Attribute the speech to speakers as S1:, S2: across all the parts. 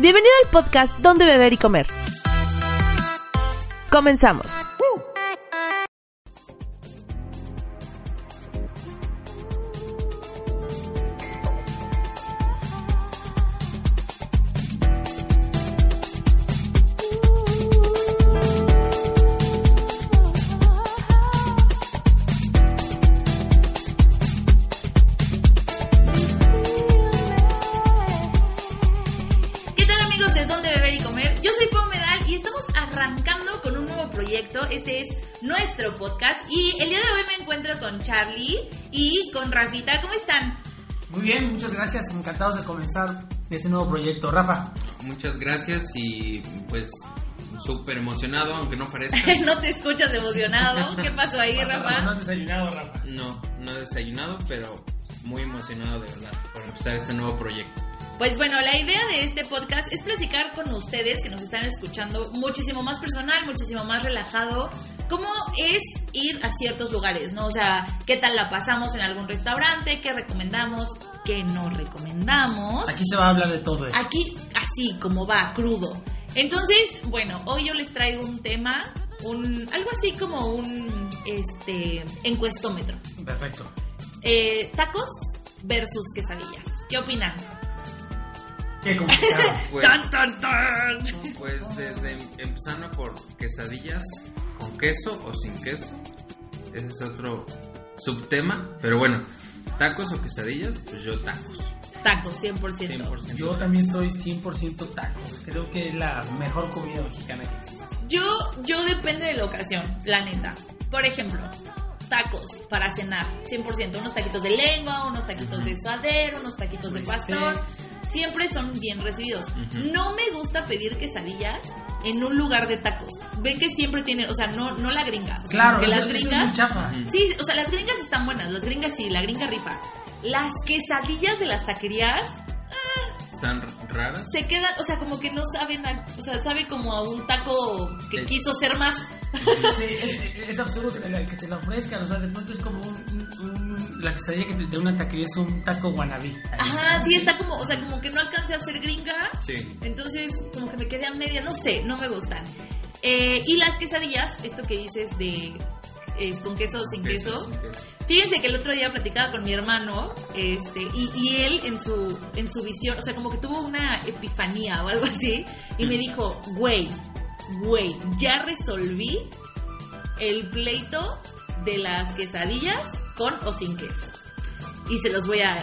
S1: Bienvenido al podcast Donde Beber y Comer. Comenzamos.
S2: ¿Qué tal amigos de Dónde Beber y Comer? Yo soy Pau Medal y estamos arrancando con un nuevo proyecto. Este es nuestro podcast y el día de hoy me encuentro con Charlie y con Rafita. ¿Cómo están?
S3: Muy bien, muchas gracias. Encantados de comenzar este nuevo proyecto. Rafa,
S4: Muchas gracias y pues súper emocionado, aunque no parezca.
S2: no te escuchas emocionado. ¿Qué pasó ahí,
S3: no
S2: Rafa?
S3: has desayunado, Rafa.
S4: No, no he desayunado, pero muy emocionado de verdad por empezar este nuevo proyecto.
S2: Pues bueno, la idea de este podcast es platicar con ustedes que nos están escuchando muchísimo más personal, muchísimo más relajado. ¿Cómo es ir a ciertos lugares, no? O sea, ¿qué tal la pasamos en algún restaurante? ¿Qué recomendamos? ¿Qué no recomendamos?
S3: Aquí se va a hablar de todo esto.
S2: Aquí, así como va, crudo. Entonces, bueno, hoy yo les traigo un tema, un, algo así como un este, encuestómetro.
S3: Perfecto.
S2: Eh, tacos versus quesadillas. ¿Qué opinan?
S3: Qué complicado.
S4: Pues,
S2: ¡Tan, tan, tan!
S4: pues desde em- empezando por quesadillas con queso o sin queso, ese es otro subtema, pero bueno, tacos o quesadillas, pues yo tacos.
S2: Tacos, 100%.
S4: 100%.
S3: Yo también soy 100% tacos. Creo que es la mejor comida mexicana que existe.
S2: Yo, yo depende de la ocasión, la neta. Por ejemplo, tacos para cenar, 100%. Unos taquitos de lengua, unos taquitos de suadero, unos taquitos de
S3: Bistec.
S2: pastor. Siempre son bien recibidos.
S4: Ujú.
S2: No me gusta pedir quesadillas en un lugar de tacos. Ven que siempre tienen, o sea, no, no la gringa. o sea,
S3: Claro,
S2: que
S3: eso-
S2: las
S3: eso es
S2: gringas.
S3: muy chafa.
S2: Sí, o sea, las gringas están buenas, las gringas sí, la gringa rifa. Las quesadillas de las taquerías
S4: ¿Están r- raras?
S2: se quedan, o sea, como que no saben, a- o sea, sabe como a un taco que
S4: Sí.
S2: quiso ser más
S3: Sí, es, es absurdo que te, la, que te la ofrezcan. O sea, de pronto es como un, un- la quesadilla que te, de una taquería es un taco guanabí.
S2: Ajá, sí, está como, o sea, como que no alcancé a ser gringa.
S4: Sí.
S2: Entonces, como que me quedé a media, no sé, no me gustan. Eh, y las quesadillas, esto que dices de eh, con queso o sin queso.
S4: sin queso.
S2: Fíjense que el otro día platicaba con mi hermano, este, y, y él en su, en su visión, o sea, como que tuvo una epifanía o algo así, y me dijo, güey, güey, ya resolví el pleito de las quesadillas con o sin queso. Y se los voy a, a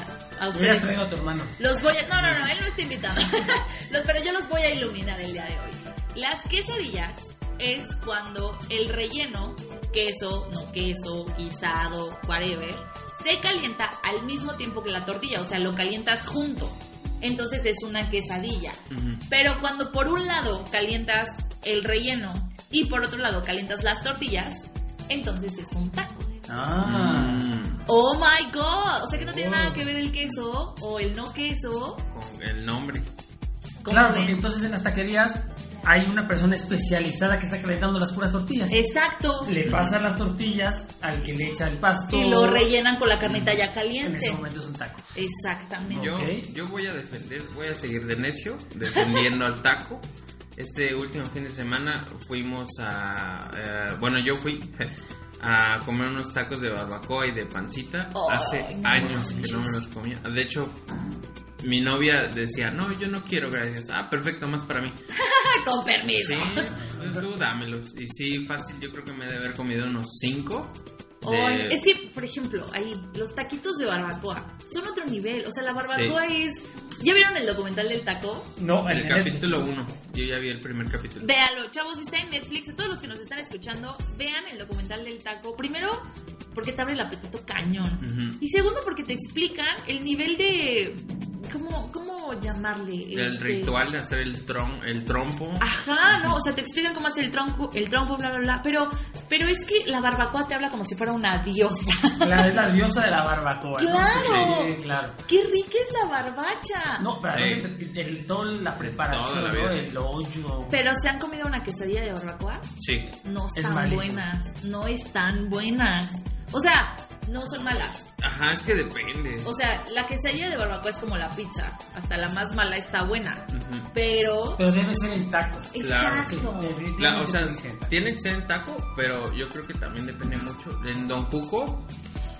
S3: Hubieras
S2: ustedes.
S3: traído a tu hermano.
S2: Los voy a. No, no, no, él no está invitado. Los- pero yo los voy a iluminar el día de hoy. Las quesadillas es cuando el relleno, queso, no queso, guisado, whatever, se calienta al mismo tiempo que la tortilla, o sea, lo calientas junto. Entonces es una quesadilla.
S4: Ujú.
S2: Pero cuando por un lado calientas el relleno y por otro lado calientas las tortillas, entonces es un taco.
S3: Ah.
S4: Mm,
S2: Oh my god, o sea que no tiene
S3: Wow.
S2: nada que ver el queso o el no queso
S4: con el nombre.
S2: ¿Cómo
S3: Claro,
S2: ven?
S3: porque entonces en las taquerías hay una persona especializada que está calentando las puras tortillas.
S2: Exacto.
S3: le pasan las tortillas al que le echa el pasto.
S2: Y lo rellenan con la carnita ya
S3: En ese
S2: caliente.
S3: momento es un taco.
S2: Exactamente.
S4: Yo,
S3: Ok.
S4: yo voy a defender, voy a seguir de necio, defendiendo al taco. Este último fin de semana fuimos a. eh, bueno, yo fui a comer unos tacos de barbacoa y de pancita.
S2: Ay,
S4: Hace
S2: no
S4: años que no me
S2: manches.
S4: los comía. De hecho, mi novia decía: No, yo no quiero, gracias. Ah, perfecto, más para mí.
S2: Ay, con permiso.
S4: Sí, tú- tú dámelos. Y sí, fácil, yo creo que me he de haber comido unos cinco.
S2: Oh,
S4: de-
S2: Es que, por ejemplo, ahí, los taquitos de barbacoa son otro nivel. O sea, la barbacoa es. ¿Ya vieron el documental del taco?
S3: No,
S4: el capítulo 1. Yo ya vi el primer capítulo.
S2: Véalo, chavos, está en Netflix. A todos los que nos están escuchando, vean el documental del taco. Primero, porque te abre el apetito cañón.
S4: Ujú.
S2: Y segundo, porque te explican el nivel de. ¿Cómo, cómo ¿cómo llamarle?
S4: El
S2: Este, Ah.
S4: ritual de hacer el, tron, el trompo.
S2: Ajá, no, o sea, te explican cómo hacer el trompo, el trompo, bla, bla, bla. Pero, pero es que la barbacoa te habla como si fuera una diosa.
S3: La, es la diosa de la barbacoa. ¿no?
S2: ¡Claro!
S3: Sí, claro.
S2: ¡Qué rica es la barbacha!
S3: No, pero además
S4: Sí.
S3: el- el- toda la preparación,
S4: Toda la
S3: ¿no?
S4: vida.
S3: el hoyo.
S2: Pero se han comido una quesadilla de barbacoa.
S4: Sí.
S2: No
S3: Es
S2: están
S3: malísimo.
S2: buenas. No están buenas. O sea, no son malas.
S4: Ajá, es que depende.
S2: O sea, la quesadilla de barbacoa es como la pizza. Hasta la más mala está buena.
S4: Ujú.
S2: Pero.
S3: Pero debe ser el taco.
S4: claro.
S2: Exacto.
S4: La- o sea,
S3: presenta.
S4: tiene que ser en taco, pero yo creo que también depende mucho. En Don Cuco,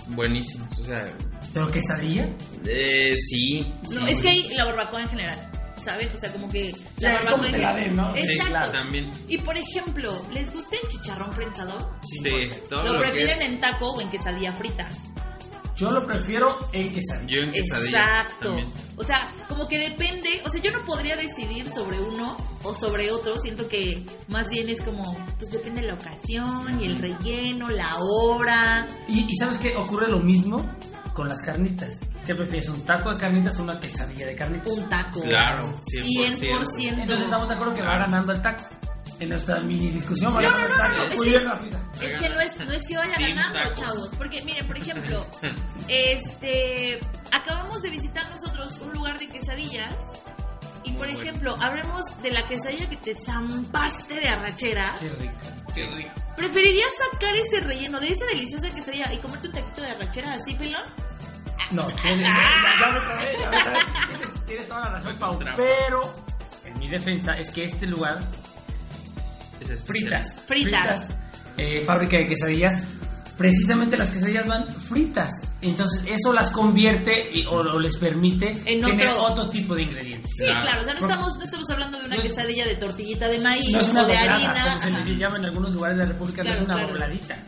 S4: buenísimos. O sea,
S3: Pero quesadilla.
S4: eh, sí.
S2: No, es que ahí la barbacoa en general. ¿Saben? O sea, como que la
S3: Sí, como
S2: barbacoa en
S3: te la
S2: general.
S3: den, ¿no?
S4: Sí,
S2: Exacto.
S4: claro, también.
S2: Y por ejemplo, ¿les gusta el chicharrón prensado?
S4: Sí, todo
S2: lo,
S4: lo, que
S2: prefieren
S4: es-
S2: en taco o en quesadilla frita.
S3: Yo lo prefiero en quesadilla.
S4: Yo en quesadilla.
S2: Exacto.
S4: también.
S2: O sea, como que depende. O sea, yo no podría decidir sobre uno o sobre otro. Siento que más bien es como, pues depende de la ocasión y el relleno, la hora.
S3: Y, y sabes qué? Ocurre lo mismo con las carnitas. ¿Qué prefieres? ¿Un taco de carnitas o una quesadilla de carnitas?
S2: Un taco.
S4: Claro,
S2: 100%.
S4: 100%.
S3: Entonces estamos de acuerdo que va ganando el taco. En nuestra mini discusión,
S2: No,
S3: va
S2: no,
S3: ganando el
S2: no, no,
S3: taco.
S2: no, es
S3: Muy
S2: que-
S3: bien, Rafita.
S2: Es que no es, no es que vaya
S4: Team
S2: ganando,
S4: tacos.
S2: chavos. Porque, miren, por ejemplo, este acabamos de visitar nosotros un lugar de quesadillas. Y por
S4: Muy bueno.
S2: ejemplo, hablemos de la quesadilla que te zampaste de arrachera.
S3: Qué rica.
S4: Qué rico.
S2: ¿Preferirías sacar ese relleno de esa deliciosa quesadilla y comerte un taquito de arrachera así, pelón?
S3: No, tienes, ya, ya me trabé, ya me trabé. Tienes- Tienes toda la razón, Pau.
S4: Trampa.
S3: Pero, en mi defensa, es que este lugar
S4: Es especial.
S3: fritas.
S2: Fritas.
S3: eh, fábrica de quesadillas. Precisamente las quesadillas van fritas. Entonces eso las convierte y- o, o les permite
S2: En
S3: tener
S2: otro-
S3: otro... tipo de ingredientes.
S2: Sí,
S4: Claro.
S2: claro, o sea, no
S3: Por-
S2: estamos, no estamos hablando de una
S3: No es-
S2: quesadilla de tortillita de maíz
S3: No es una
S2: o de
S3: doblada,
S2: harina.
S3: como se
S2: Ajá.
S3: le llama en algunos lugares de la República, no
S2: Claro,
S3: es una
S2: claro.
S3: dobladita.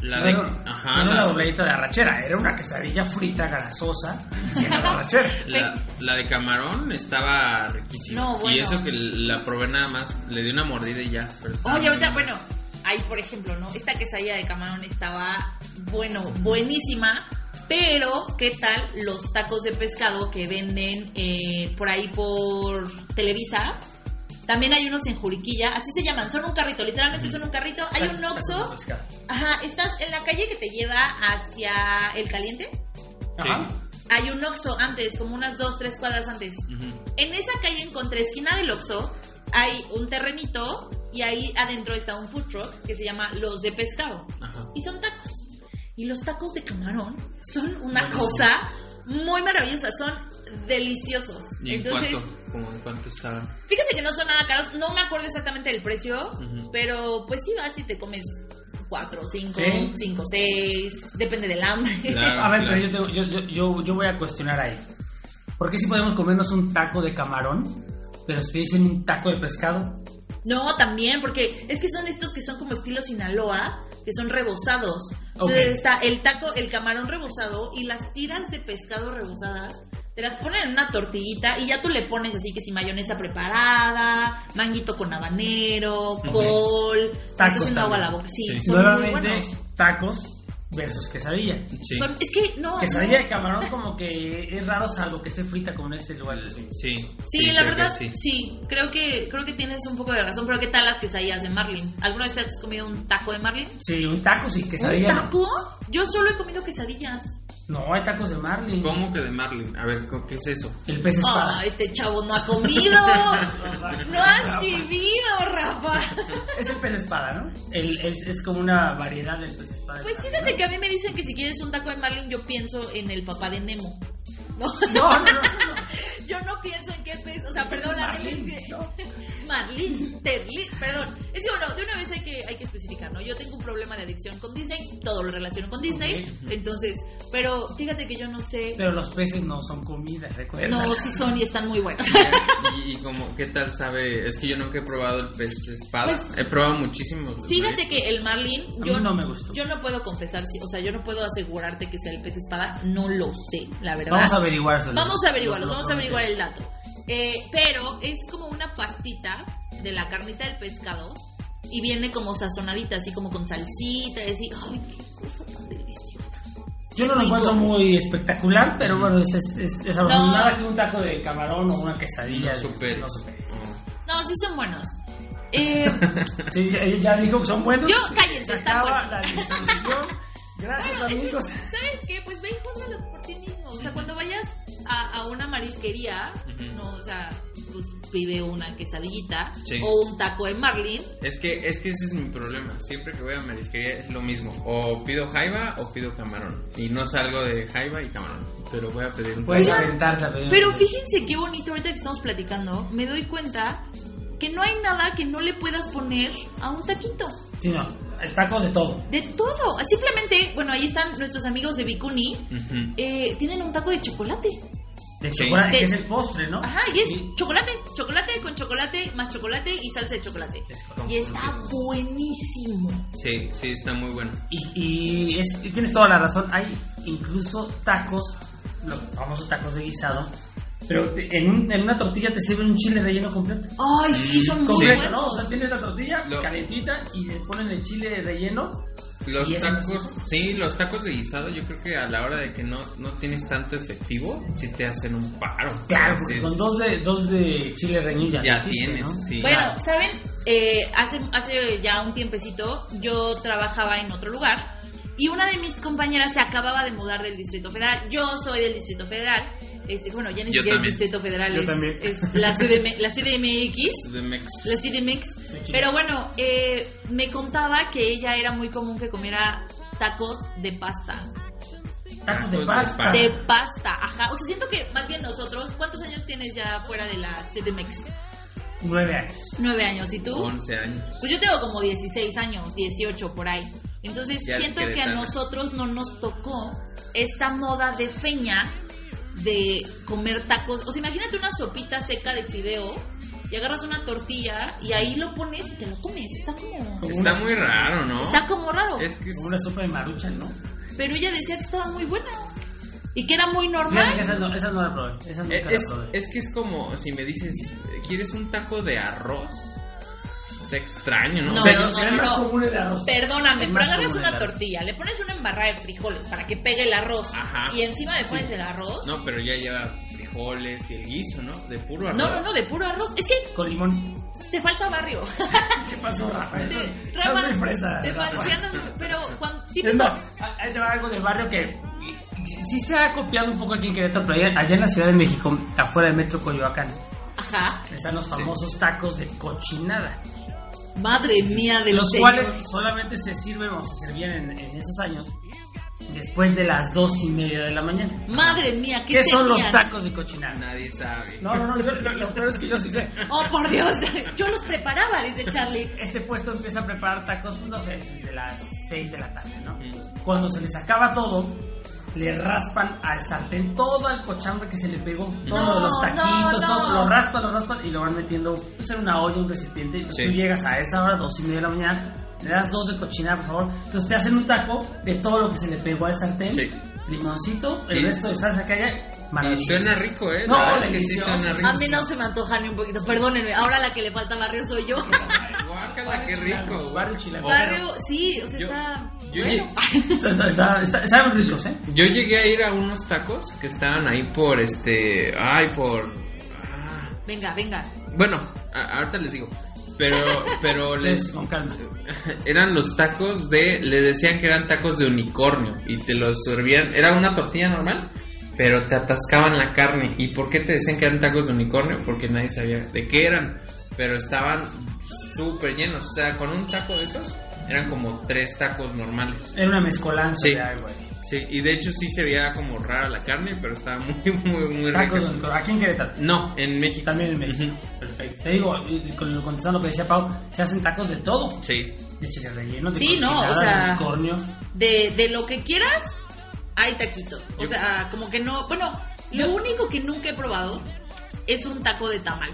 S4: La
S3: No
S4: de.
S3: era-
S4: Ajá.
S3: no era
S4: la-
S3: una dobladita de arrachera, era una quesadilla frita, grasosa, llena de arrachera.
S4: La, la de camarón estaba riquísima.
S2: No, bueno.
S4: Y eso que la probé nada más, le di una mordida y ya. pero estaba
S2: Oye,
S4: muy
S2: ahorita,
S4: buena.
S2: bueno, ahí por ejemplo, ¿no? Esta quesadilla de camarón estaba, bueno, buenísima, pero ¿qué tal los tacos de pescado que venden eh, por ahí por Televisa? También hay unos en Juriquilla, así se llaman, son un carrito, literalmente son un carrito. Hay un Oxxo, ajá, estás en la calle que te lleva hacia el caliente.
S3: Ajá.
S4: Sí.
S2: Hay un Oxxo antes, como unas dos, tres cuadras antes.
S4: Ujú.
S2: En esa calle en contraesquina del Oxxo hay un terrenito y ahí adentro está un food truck que se llama Los de Pescado.
S4: Ajá.
S2: Y son tacos. Y los tacos de camarón son una cosa muy maravillosa, son deliciosos.
S4: ¿Y en
S2: Entonces,
S4: cuánto? Como en cuánto estaba?
S2: fíjate que no son nada caros, no me acuerdo exactamente del precio,
S4: Ujú.
S2: pero pues sí vas y te comes cuatro, cinco,
S3: Sí.
S2: cinco, seis, depende del hambre.
S4: Claro,
S3: A ver,
S4: claro.
S3: pero yo, tengo- yo, yo- yo- yo voy a cuestionar ahí. ¿Por qué si podemos comernos un taco de camarón, pero si te dicen un taco de pescado?
S2: No, también, porque es que son estos que son como estilo Sinaloa, que son rebozados.
S3: Ok.
S2: Entonces está el taco, el camarón rebozado y las tiras de pescado rebozadas. Te las ponen en una tortillita y ya tú le pones así que si mayonesa preparada, manguito con habanero, col, se te
S3: Tacos
S2: hace un agua a la
S3: también.
S2: boca. Sí,
S4: Sí.
S2: son muy
S3: Nuevamente,
S2: buenos.
S3: tacos versus quesadillas.
S4: Sí.
S2: Son- es que no.
S3: Quesadilla
S2: no.
S3: de camarón como que es raro salvo que esté frita como en este lugar.
S4: Sí.
S2: Sí,
S4: sí,
S2: la
S4: creo que
S2: verdad, sí.
S4: sí.
S2: creo que creo que tienes un poco de razón, pero ¿qué tal las quesadillas de Marlin? ¿Alguna vez te has comido un taco de Marlin?
S3: Sí, un taco sí,
S2: ¿Un
S3: quesadilla. no.
S2: taco? Yo solo he comido quesadillas.
S3: No, hay tacos de marlin.
S4: ¿Cómo que de Marlin? A ver, ¿qué es eso?
S3: El pez espada.
S2: Ah, este chavo no ha comido. No has vivido, Rafa.
S3: Es el pez espada, ¿no? El- es, es como una variedad del pez espada.
S2: Pues fíjate que a mí me dicen que si quieres un taco de Marlin, yo pienso en el papá de Nemo. No,
S3: No, no, no. no, no.
S2: yo no pienso en qué pez. O sea, perdón, la neta
S3: Marlin,
S2: es que-
S3: no.
S2: Marlin, Terlin, perdón. Es que bueno, de una vez hay que, hay que especificar, ¿no? Yo tengo un problema de adicción con Disney, todo lo relaciono con Disney. Entonces, pero fíjate que yo no sé.
S3: Pero los peces no son comida, recuerda.
S2: No, si son y están muy buenos.
S4: ¿Y, y como, qué tal sabe? Es que yo nunca he probado el pez espada.
S2: Pues-
S4: he probado muchísimos.
S2: Fíjate que el marlin,
S3: Pues A
S2: yo
S3: mí no me gustó.
S2: Yo no puedo confesar, si- o sea, yo no puedo asegurarte que sea el pez espada, no lo sé, la verdad.
S3: Vamos a averiguar eso.
S2: Vamos a averiguarlo,
S3: Lo- lo
S2: vamos a averiguar
S3: prometemos.
S2: el dato. Eh, pero es como una pastita de la carnita del pescado y viene como sazonadita, así como con salsita, y así, ay, qué cosa tan deliciosa.
S3: Yo no lo
S2: rico.
S3: encuentro muy espectacular, pero bueno, es, es, es desafortunada que un taco de camarón o una quesadilla.
S4: No
S3: de-
S4: super.
S3: No supere.
S4: Oh.
S2: No, sí son buenos. Eh,
S3: Sí, ella ya dijo que son buenos.
S2: Yo, cállense,
S3: Se
S2: están
S3: acaba
S2: buenos.
S3: la discusión. Gracias,
S2: Bueno, es que,
S3: amigos.
S2: ¿Sabes qué? Pues ve y júzgalo por ti mismo. O sea, cuando vayas a, a una marisquería, no, o sea, pues pide una quesadillita
S4: Sí.
S2: o un taco de marlin.
S4: Es que, es que ese es mi problema. Siempre que voy a marisquería es lo mismo. O pido jaiba o pido camarón. Y no salgo de jaiba y camarón. Pero voy a pedir un
S3: Puedes
S4: taco.
S3: aventarte a pedir.
S2: Pero fíjense qué bonito, ahorita que estamos platicando, me doy cuenta que no hay nada que no le puedas poner a un taquito.
S3: Sí, no. El taco de todo.
S2: De todo. Simplemente, bueno, ahí están nuestros amigos de Bikuni.
S4: Ujú.
S2: eh, tienen un taco de chocolate.
S3: De
S4: Sí.
S3: chocolate,
S2: De-
S3: que es el postre, ¿no?
S2: Ajá, y es
S3: Sí.
S2: chocolate, chocolate con chocolate, más chocolate y salsa de chocolate.
S4: Es como
S2: Y está
S4: frutas.
S2: buenísimo.
S4: Sí, sí, está muy bueno.
S3: Y, y es- y tienes toda la razón. Hay incluso tacos, los famosos tacos de guisado, pero te- en, un- en una tortilla te sirven un chile relleno completo.
S2: Ay, sí, son muy
S3: Completo, ¿no? O
S2: buenos.
S3: sea, tienes la tortilla
S4: Lo-
S3: calentita y le ponen el chile relleno.
S4: Los
S3: Y eso
S4: tacos, sí, los tacos de guisado, yo creo que a la hora de que no, no tienes tanto efectivo, sí te hacen un paro.
S3: Claro,
S4: Sí,
S3: porque
S4: es-
S3: con dos de, dos de chile reñilla.
S4: ya
S3: existe,
S4: tienes,
S3: ¿no?
S4: sí.
S2: Bueno, ¿saben? Eh, hace, hace ya un tiempecito yo trabajaba en otro lugar y una de mis compañeras se acababa de mudar del Distrito Federal. Yo soy del Distrito Federal. Este, bueno, ya ni
S4: Yo
S2: siquiera
S4: también.
S2: es Distrito Federal,
S3: Yo
S2: es,
S3: también.
S2: es la, CDM la CDMX.
S4: De Mex.
S2: La CDMX. Pero bueno, eh, me contaba que ella era muy común que comiera tacos de pasta.
S3: Tacos
S4: Tacos de
S3: de pasta.
S4: pasta.
S2: De pasta, ajá. O sea, siento que más bien nosotros, ¿cuántos años tienes ya fuera de la CDMX?
S3: Nueve años.
S2: Nueve años. ¿Y tú?
S4: 11 años.
S2: Pues yo tengo como 16 años, 18 por ahí. Entonces
S4: Ya eres
S2: siento que a
S4: queretana.
S2: nosotros no nos tocó esta moda de feña de comer tacos. O sea, imagínate una sopita seca de fideo y agarras una tortilla y ahí lo pones y te lo comes. Está como,
S4: Está muy raro, ¿no?
S2: Pues, está como raro.
S4: Es que es-
S3: Como una sopa de marucha, ¿no?
S2: Pero ella decía que estaba muy buena y que era muy
S3: Fíjate
S2: normal.
S3: que Esa no, esa no la probé. Esa nunca
S4: Eh, es,
S3: la probé.
S4: es que es como si me dices, ¿quieres un taco de arroz? Está extraño, ¿no?
S2: No,
S4: O sea,
S2: no,
S3: será
S2: no,
S3: más
S2: no.
S3: común el arroz.
S2: Perdóname,
S3: Es
S2: pero
S3: más
S2: agarras
S3: común el
S2: una
S3: arroz.
S2: tortilla, le pones una embarrada de frijoles para que pegue el arroz
S4: Ajá.
S2: y encima le pones el arroz.
S4: No, pero ya lleva frijoles y el guiso, ¿no? De puro arroz.
S2: No, no, no, de puro arroz. Es que
S3: Con limón.
S2: te falta barrio.
S3: ¿Qué pasó, Rafael?
S2: Te,
S3: Estás
S2: Rafa,
S3: muy fresa,
S2: te
S3: Rafa.
S2: fal- sí andas muy- pero cuando
S3: Es
S2: típico,
S3: más, ahí te va algo del barrio que sí se ha copiado un poco aquí en Querétaro, pero allá, allá en la Ciudad de México, afuera del Metro Coyoacán,
S2: ajá,
S3: están los famosos tacos de cochinada,
S2: madre mía de
S3: los
S2: los
S3: cuales solamente se sirven o se servían en, en esos años después de las dos y media de la mañana.
S2: Madre mía, ¿qué,
S3: ¿Qué son los
S2: tenían?
S3: tacos de cochinada?
S4: Nadie sabe.
S3: No, no, no, yo- lo, lo peor es que yo sí sé.
S2: Oh, por Dios, yo los preparaba, dice Charlie.
S3: Este puesto empieza a preparar tacos, no sé, de las 6 de la tarde, ¿no?
S4: Mm.
S3: Cuando se les acaba todo, le raspan al sartén todo el cochambre que se le pegó, todos
S2: No,
S3: los
S2: no,
S3: taquitos,
S2: no.
S3: todo, lo raspan, lo raspan y lo van metiendo pues, en una olla, un recipiente. Entonces
S4: Sí.
S3: tú llegas a esa hora, dos y media de la mañana, le das dos de cochinada, por favor. Entonces te hacen un taco de todo lo que se le pegó al sartén,
S4: Sí.
S3: limoncito, el
S4: Y-
S3: resto de salsa que haya,
S4: Y
S3: maravilloso.
S4: suena rico, ¿eh?
S3: No,
S4: la verdad es que sí
S3: delicioso.
S4: suena rico.
S2: A mí no se me antoja ni un poquito, perdónenme. Ahora la que le falta barrio soy yo.
S4: Guácala, qué
S3: Chilango,
S4: rico.
S3: barrio chilango.
S2: Barrio, sí, o sea,
S4: Yo-
S2: está
S4: yo-
S2: bueno.
S3: Está- está- está- está- Saben ricos, ¿eh?
S4: Yo llegué a ir a unos tacos que estaban ahí por este. Ay, por. ah,
S2: Venga, venga.
S4: Bueno, a- ahorita les digo. Pero, pero
S3: Ustedes
S4: les.
S3: con calma.
S4: Eran los tacos de. Les decían que eran tacos de unicornio. Y te los servían. Era una tortilla normal. Pero te atascaban la carne. ¿Y por qué te decían que eran tacos de unicornio? Porque nadie sabía de qué eran. Pero estaban súper llenos. O sea, con un taco de esos. Eran como tres tacos normales.
S3: Era una mezcolanza
S4: Sí.
S3: de algo ahí.
S4: Sí, y de hecho sí se veía como rara la carne, pero estaba muy, muy, muy rica.
S3: Tacos con- aquí en Querétaro.
S4: No, en
S3: Y
S4: México.
S3: también en México. Perfecto. Te digo, y- y con- contestando lo que decía Pau, se hacen tacos de todo.
S4: Sí,
S3: De chile relleno, de
S2: Sí, no,
S3: cochinada,
S2: o sea-
S3: de unicornio.
S2: De, de lo que quieras, hay taquito. O sea, como que no. Bueno, lo único que nunca he probado es un taco de tamal.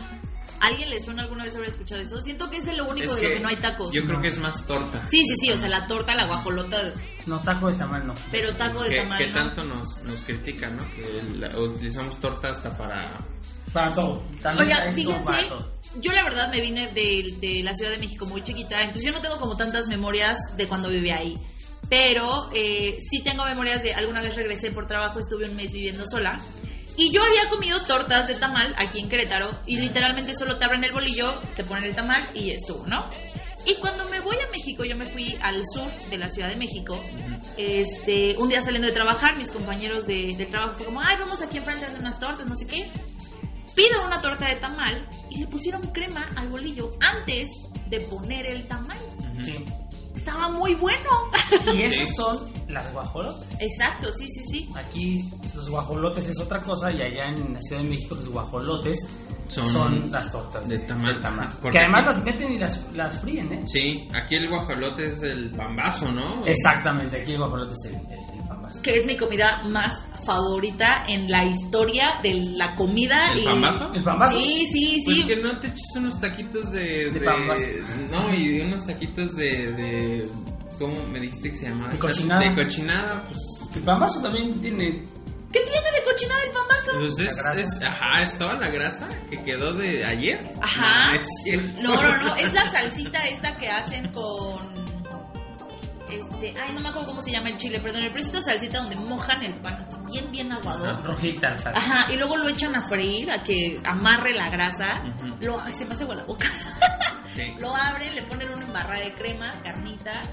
S2: ¿Alguien le suena alguna vez haber escuchado eso? Siento que es de lo único
S4: es
S2: de lo que no hay tacos.
S4: Yo creo que es más torta.
S2: Sí, sí, sí, o sea, la torta, la guajolota,
S3: No, taco de tamal no.
S2: pero taco de
S4: que,
S2: tamal.
S4: que
S2: ¿no?
S4: tanto nos, nos critican, ¿no? Que la- utilizamos torta hasta para...
S3: Para todo. También
S2: Oiga,
S3: es como
S2: fíjense,
S3: para todo.
S2: yo la verdad me vine de, de la Ciudad de México muy chiquita, entonces yo no tengo como tantas memorias de cuando vivía ahí. Pero eh, sí tengo memorias de alguna vez regresé por trabajo, estuve un mes viviendo sola. Y yo había comido tortas de tamal aquí en Querétaro y literalmente solo te abren el bolillo, te ponen el tamal y estuvo, ¿no? Y cuando me voy a México, yo me fui al sur de la Ciudad de México. este, un día saliendo de trabajar, mis compañeros de, del trabajo fue como, ay, vamos aquí enfrente a vender unas tortas, no sé qué. Pido una torta de tamal y le pusieron crema al bolillo antes de poner el tamal.
S3: Sí.
S2: Estaba muy bueno.
S3: Y esas son las guajolotas.
S2: Exacto, sí, sí, sí.
S3: Aquí los guajolotes es otra cosa y allá en la Ciudad de México los guajolotes son,
S4: Son
S3: las tortas
S4: de tamal. Ajá, porque
S3: Que además
S4: aquí-
S3: las meten y las, las fríen, ¿eh?
S4: Sí, aquí el guajolote es el bambazo, ¿no?
S3: Exactamente, aquí el guajolote es el, el, el pambazo.
S2: Que es mi comida más favorita en la historia de la comida.
S4: ¿El
S2: Ah, y...
S4: pambazo?
S3: El pambazo.
S2: Sí, sí,
S4: Pues
S2: sí.
S4: que no te eches unos taquitos de.
S3: De pambazo.
S4: No, y de unos taquitos de. de- ¿Cómo me dijiste que se llamaba?
S3: De cochinada.
S4: De cochinada, pues.
S3: El pambazo también tiene
S2: ¿Qué tiene de cochinada el pambazo?
S4: pues es,
S3: grasa.
S4: es- Ajá, es toda la grasa que quedó de ayer.
S2: Ajá.
S4: No, es cierto.
S2: No, no, no, es la salsita esta que hacen con... Este, ay, no me acuerdo cómo se llama el chile, perdón, el esta salsita donde mojan el pan, así bien, bien aguador.
S3: rojita. o sea,
S2: Ajá, y luego lo echan a freír, a que amarre la grasa. Lo, ay, se me hace agua la boca.
S4: Sí.
S2: Lo abren, le ponen una embarrada de crema, carnitas,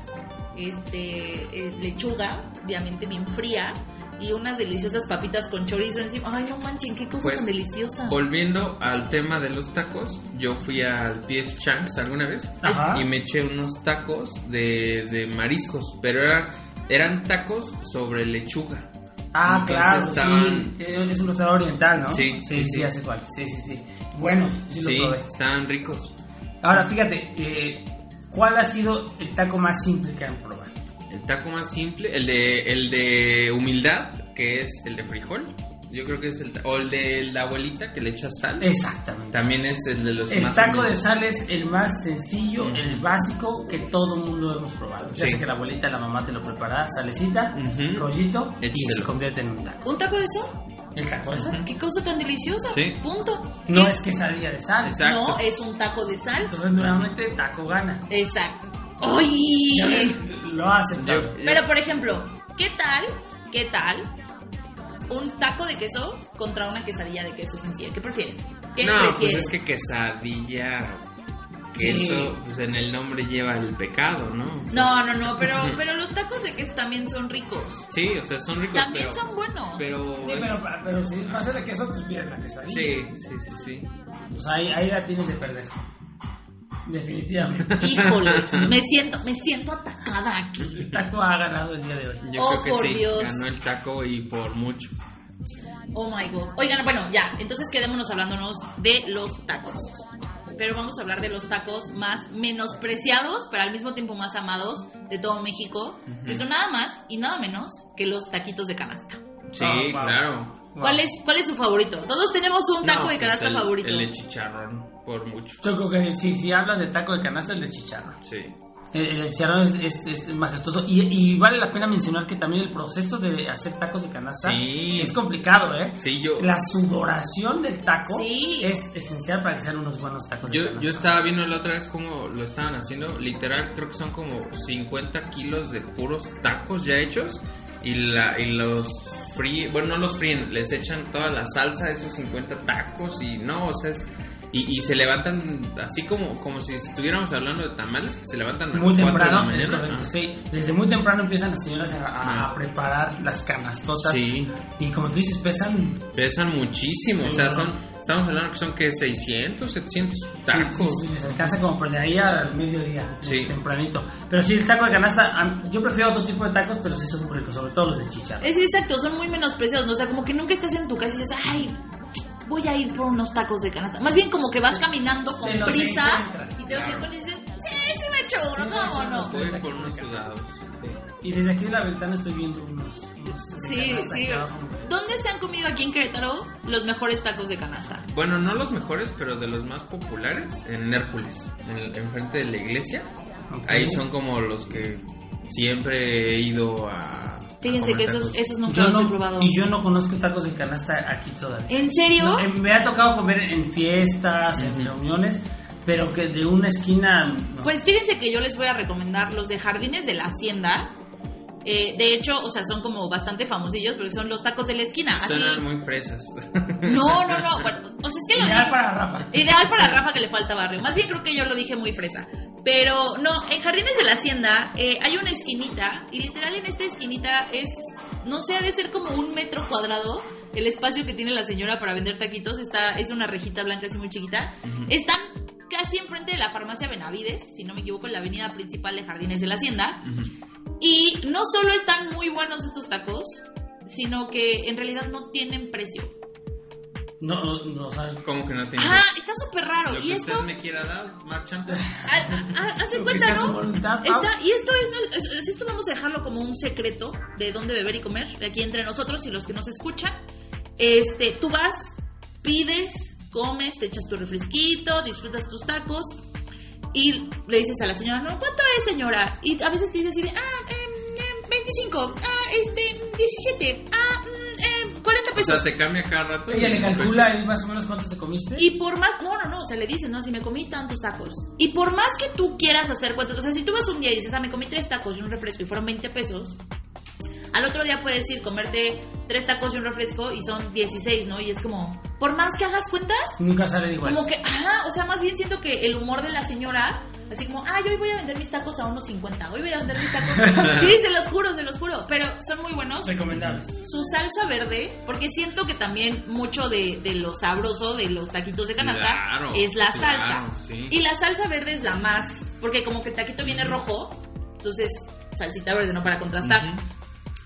S2: este, eh, lechuga, obviamente bien fría, y unas deliciosas papitas con chorizo encima. Ay, no manchen, qué cosa
S4: Pues,
S2: tan deliciosa.
S4: Volviendo al tema de los tacos, yo fui al PF Chang's alguna vez
S3: Ajá.
S4: y me eché unos tacos de, de mariscos, pero eran, eran tacos sobre lechuga.
S3: Ah,
S4: Entonces
S3: claro,
S4: estaban-
S3: sí. Es un restaurante oriental, ¿no? sí,
S4: Sí, sí,
S3: sí,
S4: sí.
S3: hace cual. Sí, sí, sí. Bueno, sí,
S4: Sí,
S3: lo probé.
S4: estaban ricos.
S3: Ahora, fíjate, eh, ¿cuál ha sido el taco más simple que han probado?
S4: El taco más simple, el de, el de humildad, que es el de frijol. Yo creo que es el... ta- O el de la abuelita que le echa sal.
S3: Exactamente.
S4: También es el de los
S3: Eh, El
S4: más
S3: taco de
S4: humildes.
S3: sal es el más sencillo,
S4: Ujú.
S3: el básico que todo el mundo hemos probado. Ya
S4: Sí.
S3: sé que la abuelita, la mamá te lo prepara, salecita,
S4: Ujú.
S3: rollito y
S4: Échaselo.
S3: se convierte en un taco.
S2: ¿Un taco de eso?
S3: ¿El taco de sal?
S2: ¿Qué cosa tan deliciosa?
S4: Mm. Sí.
S2: Punto.
S3: No
S2: ¿Qué?
S3: es quesadilla de sal.
S4: Exacto.
S2: No, es un taco de sal.
S3: Entonces, nuevamente, taco gana.
S2: Exacto. ¡Ay!
S3: Ya ven, Lo hacen.
S4: Yo-
S2: Pero, por ejemplo, ¿qué tal, qué tal un taco de queso contra una quesadilla de queso sencilla? ¿Qué prefieren? ¿Qué
S4: no,
S2: prefieren?
S4: pues es que quesadilla, queso,
S3: Sí.
S4: pues en el nombre lleva el pecado, ¿no? O sea,
S2: No, no, no, pero, pero los tacos de queso también son ricos.
S4: Sí, o sea, son ricos,
S2: También
S4: pero...
S2: son buenos.
S4: Pero...
S3: Sí,
S4: es-
S3: pero, pero si es base de queso, pues pierdes la quesadilla.
S4: Pues, sí, sí, sí, sí.
S3: Pues ahí, ahí la tienes de perder. Definitivamente.
S2: Híjoles, me siento, me siento atacada aquí.
S3: El taco ha ganado el día de hoy.
S4: Yo
S2: Oh,
S4: creo que
S2: por
S4: sí,
S2: Dios.
S4: ganó el taco y por mucho.
S2: Oh my god. Oigan, bueno, ya, entonces quedémonos hablándonos de los tacos. Pero vamos a hablar de los tacos más menospreciados, pero al mismo tiempo más amados de todo México, que son nada más y nada menos que los taquitos de canasta.
S4: Sí,
S3: Ah, wow.
S4: claro.
S3: Wow.
S2: ¿Cuál, es, ¿Cuál es su favorito? Todos tenemos un taco
S4: No,
S2: de
S4: pues
S2: canasta
S4: el-
S2: favorito.
S4: El de chicharrón, por mucho.
S3: Yo creo que sí, si hablas de taco de canasta, el de chicharrón.
S4: Sí.
S3: El, el de chicharrón es, es- es majestuoso. Y, y vale la pena mencionar que también el proceso de hacer tacos de canasta
S4: Sí.
S3: es complicado, ¿eh?
S4: Sí, yo,
S3: La sudoración del taco
S2: Sí.
S3: es esencial para que sean unos buenos tacos de
S4: yo,
S3: canasta.
S4: yo estaba viendo la otra vez cómo lo estaban haciendo. Literal, creo que son como 50 kilos de puros tacos ya hechos. Y, la, y los fríen, bueno, no los fríen, les echan toda la salsa a esos 50 tacos. Y no, o sea, es- y, y se levantan así como, como si estuviéramos hablando de tamales, que se levantan a
S3: Muy
S4: las 4
S3: temprano,
S4: de la
S3: es
S4: mañana. Ah,
S3: correcto,
S4: ¿no?
S3: sí. Desde muy temprano empiezan las señoras a, a- a
S4: Ah.
S3: preparar las canastotas.
S4: Sí.
S3: Y como tú dices, pesan
S4: Pesan muchísimo, o
S3: Sí,
S4: sea,
S3: ¿no?
S4: son, estamos hablando que son que 600, 700 tacos.
S3: Sí, sí, les alcanza como por de ahí al mediodía,
S4: Sí.
S3: tempranito. Pero sí, el taco de canasta, am- yo prefiero otro tipo de tacos, pero sí son muy ricos, sobre todo los de chicharro.
S2: Es exacto, son muy menospreciados. ¿no? O sea, como que nunca estás en tu casa y dices, ay, voy a ir por unos tacos de canasta. Más bien como que vas caminando con
S3: Te los
S2: prisa
S3: encuentras,
S2: y te vas
S4: claro.
S2: y dices, sí, sí me echo uno, ¿cómo no?
S4: Voy por unos sudados. sí.
S3: Y desde aquí de la ventana estoy viendo unos. unos de
S2: Sí,
S3: canasta
S2: sí.
S3: que abajo, hombre.
S2: ¿Dónde se han comido aquí en Querétaro los mejores tacos de canasta?
S4: Bueno, no los mejores, pero de los más populares en Hércules, en, enfrente de la iglesia.
S3: Ok.
S4: Ahí son como los que siempre he ido a. a
S2: Fíjense
S4: comer
S2: que esos,
S4: tacos.
S2: esos nunca
S3: Yo
S2: los he
S3: no-
S2: probado.
S3: Y yo no conozco tacos de canasta aquí todavía.
S2: ¿En serio?
S3: No, eh, me ha tocado comer en fiestas, en
S4: Ujú.
S3: reuniones, pero que de una esquina. no.
S2: Pues fíjense que yo les voy a recomendar los de Jardines de la Hacienda, Eh, de hecho, o sea, son como bastante famosillos porque son los tacos de la esquina. Así.
S4: Suenan muy fresas.
S2: No, no, no. Bueno, o sea, es que lo
S3: Ideal
S2: dije-
S3: para Rafa.
S2: Ideal para Rafa que le falta barrio. Más bien creo que yo lo dije muy fresa. Pero no, en Jardines de la Hacienda eh, hay una esquinita y literal en esta esquinita es, no sé, ha de ser como un metro cuadrado. El espacio que tiene la señora para vender taquitos está, es una rejita blanca así muy chiquita. Están casi enfrente de la farmacia Benavides, si no me equivoco, en la avenida principal de Jardines de la Hacienda. Y no solo están muy buenos estos tacos, sino que en realidad no tienen precio.
S3: No, no, no, o sea,
S4: Como que no tiene.
S2: Ajá, está súper raro.
S4: Lo
S2: y
S4: que
S2: esto...
S4: usted me quiera dar, marchante.
S2: A- a- a- Hacen
S3: Lo
S2: cuenta,
S3: que sea su
S2: ¿no?
S3: voluntad, Ah. Pau.
S2: Está- y esto es, es- es- esto vamos a dejarlo como un secreto de dónde beber y comer, de aquí entre nosotros y los que nos escuchan. Este, tú vas, pides, comes, te echas tu refresquito, disfrutas tus tacos y le dices a la señora, no, ¿cuánto es, señora? Y a veces te dice así de, ah, em, em, 25, ah, este, 17, ah, mm, em, 40
S4: O
S2: pesos.
S4: sea, te cambia cada rato.
S3: ella
S4: y
S3: le
S4: pues,
S3: calcula ahí más o menos cuánto te comiste.
S2: Y por más, no, no, no, o sea, le dicen, no, si me comí tantos tacos. Y por más que tú quieras hacer cuentas, o sea, si tú vas un día y dices, ah, me comí tres tacos y un refresco y fueron 20 pesos, al otro día puedes ir comerte tres tacos y un refresco y son 16, ¿no? Y es como, por más que hagas cuentas,
S3: Nunca salen iguales.
S2: como que, ajá, o sea, más bien siento que el humor de la señora, así como, ay, hoy voy a vender mis tacos a unos 50, hoy voy a vender mis tacos. sí, se los juro, se los juro, pero son muy buenos
S3: Recomendables.
S2: su salsa verde, porque siento que también mucho de, de lo sabroso de los taquitos de canasta
S4: Claro,
S2: es la
S4: claro,
S2: salsa.
S4: sí.
S2: Y la salsa verde es la más, porque como que el taquito viene rojo, entonces salsita verde, ¿no? Para contrastar.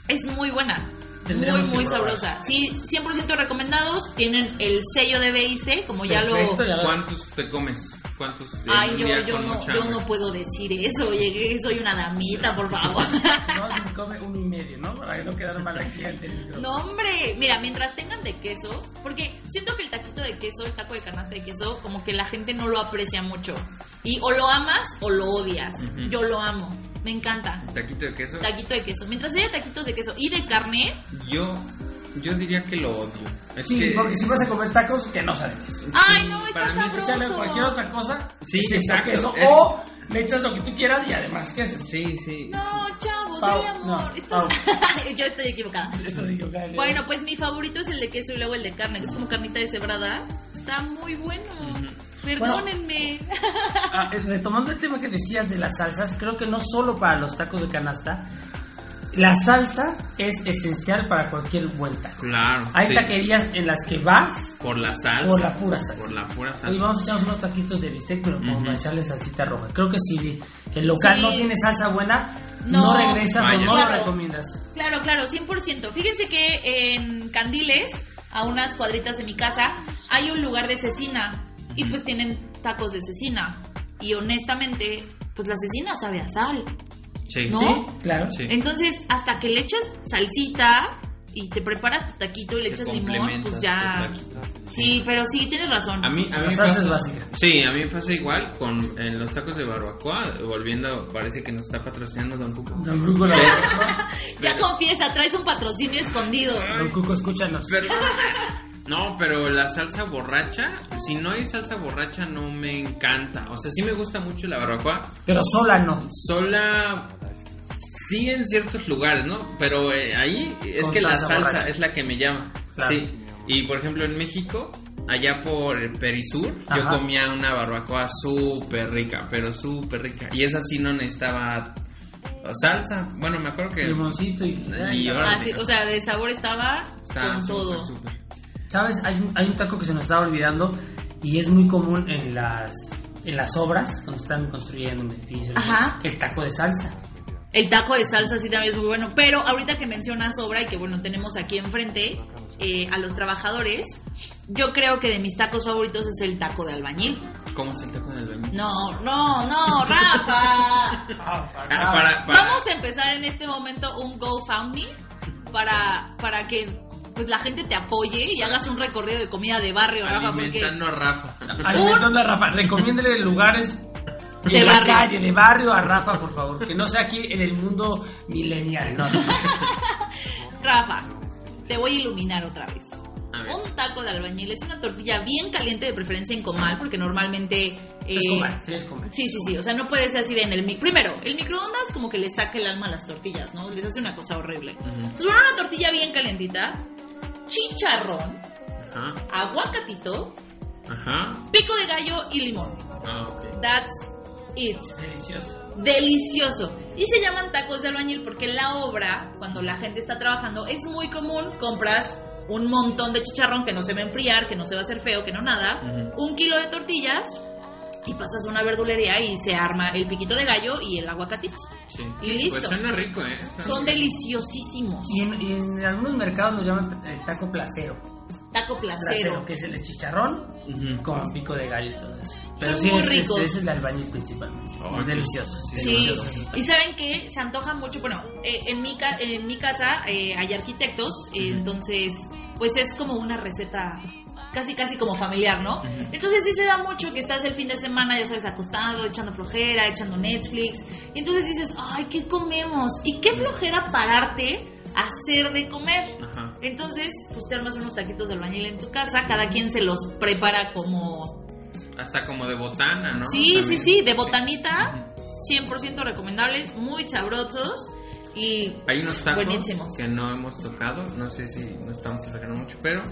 S2: Es muy buena.
S3: Tendríamos
S2: muy, muy
S3: que probar.
S2: sabrosa. Sí, 100% recomendados. Tienen el sello de BIC, como ya
S3: Perfecto,
S2: lo...
S3: ya lo-
S4: ¿Cuántos te comes? ¿Cuántos? en
S2: Ay,
S4: un
S2: yo,
S4: día
S2: yo,
S4: con
S2: no,
S4: mucha
S2: yo
S4: hambre?
S2: no puedo decir eso. Llegué, soy una damita, por favor.
S3: No, se come uno y medio, ¿no? Para no quedar mal aquí ante el micrófono.
S2: No, hombre, mira, mientras tengan de queso, porque siento que el taquito de queso, el taco de canasta de queso, como que la gente no lo aprecia mucho. Y o lo amas o lo odias. Yo lo amo, me encanta.
S4: Taquito de queso.
S2: Taquito de queso. Mientras haya taquitos de queso y de carne,
S4: Yo, yo diría que lo odio. Es
S3: Sí,
S4: que,
S3: porque si vas a comer tacos, que no salen
S2: ¡ay no!
S4: para
S2: Está
S4: mí es
S3: Échale
S2: sabroso.
S3: cualquier otra cosa.
S4: Sí,
S3: que se
S4: exacto,
S3: saque eso.
S4: es-
S3: O le echas lo que tú quieras y además queso.
S4: Sí, sí.
S2: No, chavos,
S3: Pau,
S2: dale amor.
S3: no,
S2: Estás- Yo estoy equivocada.
S3: Esto sí que ojalá.
S2: Bueno, pues mi favorito es el de queso y luego el de carne, que es como carnita deshebrada. Está muy bueno. Perdónenme.
S3: Ah, eh, retomando el tema que decías de las salsas, creo que no solo para los tacos de canasta, la salsa es esencial para cualquier buen taco.
S4: Claro.
S3: Hay
S4: sí.
S3: taquerías en las que vas
S4: Por la salsa.
S3: por la pura salsa.
S4: Por la pura
S3: Hoy
S4: salsa.
S3: vamos a echarnos unos taquitos de bistec, pero como
S4: Ujú.
S3: para echarle salsita roja. Creo que si el local
S2: Sí.
S3: no tiene salsa buena,
S2: No.
S3: no, regresas
S4: Vaya.
S3: o no
S2: Claro.
S3: lo recomiendas.
S2: Claro, claro, 100%. Fíjense que en Candiles, a unas cuadritas de mi casa, hay un lugar de cecina y pues tienen tacos de cecina. Y honestamente, pues la cecina sabe a sal.
S4: Sí.
S2: ¿No?
S3: Sí, claro.
S4: Sí.
S2: Entonces, hasta que le echas salsita y te preparas tu taquito y le
S4: Te
S2: echas limón,
S4: complementas
S2: pues ya.
S4: tu taquito.
S2: Sí, pero sí, tienes razón.
S4: A mí, a mí
S3: La
S4: me
S3: salsa
S4: pasa-
S3: es básica.
S4: Sí, a mí me pasa igual con en los tacos de barbacoa. Volviendo, parece que nos está patrocinando Don Cuco.
S3: Don Cuco, la-
S2: ya confiesa, traes un patrocinio escondido.
S3: Don Cuco, escúchanos.
S4: Pero- no, pero la salsa borracha, si no hay salsa borracha, no me encanta. O sea, sí me gusta mucho la barbacoa.
S3: Pero sola no.
S4: Sola, sí en ciertos lugares, ¿no? Pero eh, ahí es
S3: Con
S4: que la
S3: salsa
S4: salsa
S3: borracha.
S4: es la que me llama.
S3: Claro.
S4: Sí. Y por ejemplo, en México, allá por el Perisur, yo
S3: Ajá.
S4: comía una barbacoa súper rica, pero súper rica. Y esa sí no necesitaba salsa. Bueno, me acuerdo que.
S3: Limoncito y...
S4: Y ahora-
S2: Así, o sea, de sabor estaba
S4: Está
S2: con
S4: súper,
S2: todo.
S4: súper.
S3: ¿Sabes? Hay un, hay un taco que se nos estaba olvidando y es muy común en las en las obras, cuando están construyendo un edificio,
S2: Ajá.
S3: el taco de salsa.
S2: El taco de salsa sí también es muy bueno. Pero ahorita que mencionas obra y que bueno, tenemos aquí enfrente eh, a los trabajadores, yo creo que de mis tacos favoritos es el taco de albañil.
S4: ¿Cómo se está con el baño?
S2: No, no, no, Rafa.
S4: Ah, para, para-
S2: Vamos a empezar en este momento un GoFundMe para, para que pues la gente te apoye y hagas un recorrido de comida de barrio, Rafa, porque
S4: alimentando a Rafa.
S3: Alimentando a Rafa, recomiéndele lugares
S2: De
S3: de la
S2: barrio.
S3: calle, de barrio a Rafa, por favor, que no sea aquí en el mundo milenial, no.
S2: Rafa, te voy a iluminar otra vez.
S4: A ver.
S2: un taco de albañil es una tortilla bien caliente, de preferencia en comal, porque normalmente...
S3: Es
S2: eh,
S3: comer, sí, es comer.
S2: Sí, sí, sí. O sea, no puede ser así de en el micro. Primero, el microondas como que le saca el alma a las tortillas, ¿no? Les hace una cosa horrible. Entonces, bueno, una tortilla bien calentita, chicharrón,
S4: Ajá,
S2: aguacatito,
S4: ajá.
S2: pico de gallo y limón.
S4: Ah, ok.
S2: That's it.
S3: Delicioso.
S2: Delicioso. Y se llaman tacos de albañil porque en la obra, cuando la gente está trabajando, es muy común compras un montón de chicharrón que no se va a enfriar, que no se va a hacer feo, que no nada, un kilo de tortillas y pasas a una verdulería y se arma el piquito de gallo y el aguacatito.
S4: Sí.
S2: Y listo.
S4: Pues suena rico, ¿eh? Suena
S2: Son
S4: rico.
S2: deliciosísimos.
S3: Y en, y en algunos mercados nos llaman el taco placero.
S2: Taco
S3: Placero,
S2: placero.
S3: que es el de chicharrón
S4: Ujú.
S3: con pico de gallo y todo eso.
S2: Son
S3: sí,
S2: muy
S3: es, es-
S2: ricos.
S3: ese es el albañil principalmente.
S4: Oh,
S3: Muy
S4: qué-
S3: delicioso.
S2: Sí,
S3: delicioso.
S2: y saben que se antoja mucho, bueno, eh, en, mi ca- en mi casa eh, hay arquitectos, eh, entonces pues es como una receta casi casi como familiar, ¿no? Entonces sí se da mucho que estás el fin de semana, ya sabes, acostado, echando flojera, echando Netflix, y entonces dices, ay, ¿qué comemos? Y qué flojera pararte a hacer de comer.
S4: Ajá.
S2: Entonces, pues te armas unos taquitos de albañil en tu casa, cada quien se los prepara como
S4: Hasta como de botana, ¿no?
S2: Sí, sí,
S4: También.
S2: sí, de botanita, 100% recomendables, muy sabrosos y
S4: Hay unos tacos
S2: buenísimos.
S4: que no hemos tocado, no sé si nos estamos alargando mucho, pero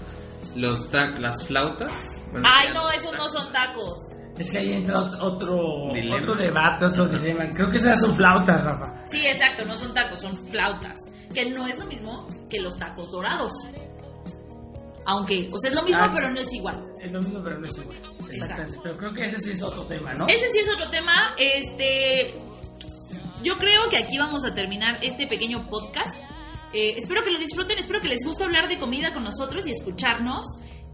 S4: los tac, las flautas. bueno,
S2: Ay,
S4: ya
S2: no,
S4: los
S2: esos no
S4: tacos.
S2: son tacos.
S3: Es que ahí entra ot- otro,
S4: Dilema.
S3: otro debate, otro dilema. Creo que esas son flautas, Rafa.
S2: Sí, exacto, no son tacos, son flautas, que no es lo mismo que los tacos dorados. Aunque, o sea, es lo mismo,
S3: Ah.
S2: pero no es igual.
S3: Es lo mismo, pero no es igual. Exactamente. Pero creo que ese sí es otro tema, ¿no?
S2: Ese sí es otro tema, este... Yo creo que aquí vamos a terminar este pequeño podcast. Eh, espero que lo disfruten, espero que les guste hablar de comida con nosotros y escucharnos.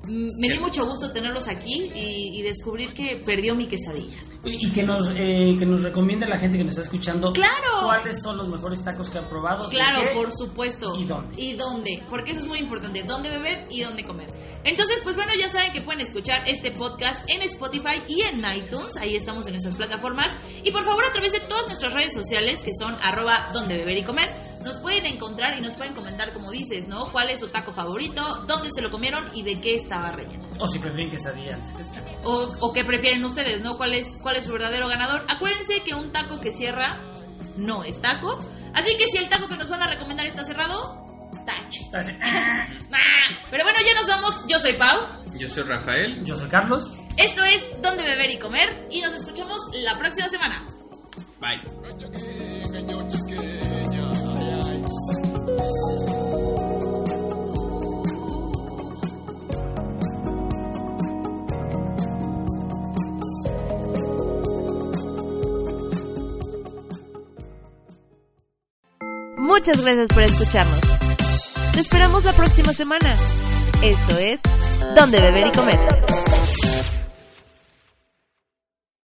S2: Mm, Me dio mucho gusto tenerlos aquí y, y descubrir que perdió mi quesadilla.
S3: Y y que nos, eh, que nos recomiende la gente que nos está escuchando
S2: ¡Claro!
S3: cuáles son los mejores tacos que han probado.
S2: Claro,
S3: y qué-
S2: por supuesto.
S3: ¿Y dónde?
S2: ¿Y dónde? Porque eso es muy importante, dónde beber y dónde comer. Entonces, pues bueno, ya saben que pueden escuchar este podcast en Spotify y en iTunes, ahí estamos en esas plataformas. Y por favor, a través de todas nuestras redes sociales, que son arroba donde beber y comer, nos pueden encontrar y nos pueden comentar, como dices, ¿no? ¿Cuál es su taco favorito? ¿Dónde se lo comieron? ¿Y de qué estaba relleno?
S3: O si prefieren quesadillas.
S2: O, o qué prefieren ustedes, ¿no? ¿Cuál es, ¿Cuál es su verdadero ganador? Acuérdense que un taco que cierra no es taco. Así que si el taco que nos van a recomendar está cerrado, tache.
S3: Así.
S2: ¡Ah! Pero bueno, ya nos vamos. Yo soy Pau.
S4: Yo soy Rafael.
S3: Yo soy Carlos.
S2: Esto es Dónde Beber y Comer. Y nos escuchamos la próxima semana.
S4: Bye.
S1: Muchas gracias por escucharnos. Te esperamos la próxima semana. Esto es Donde Beber y Comer.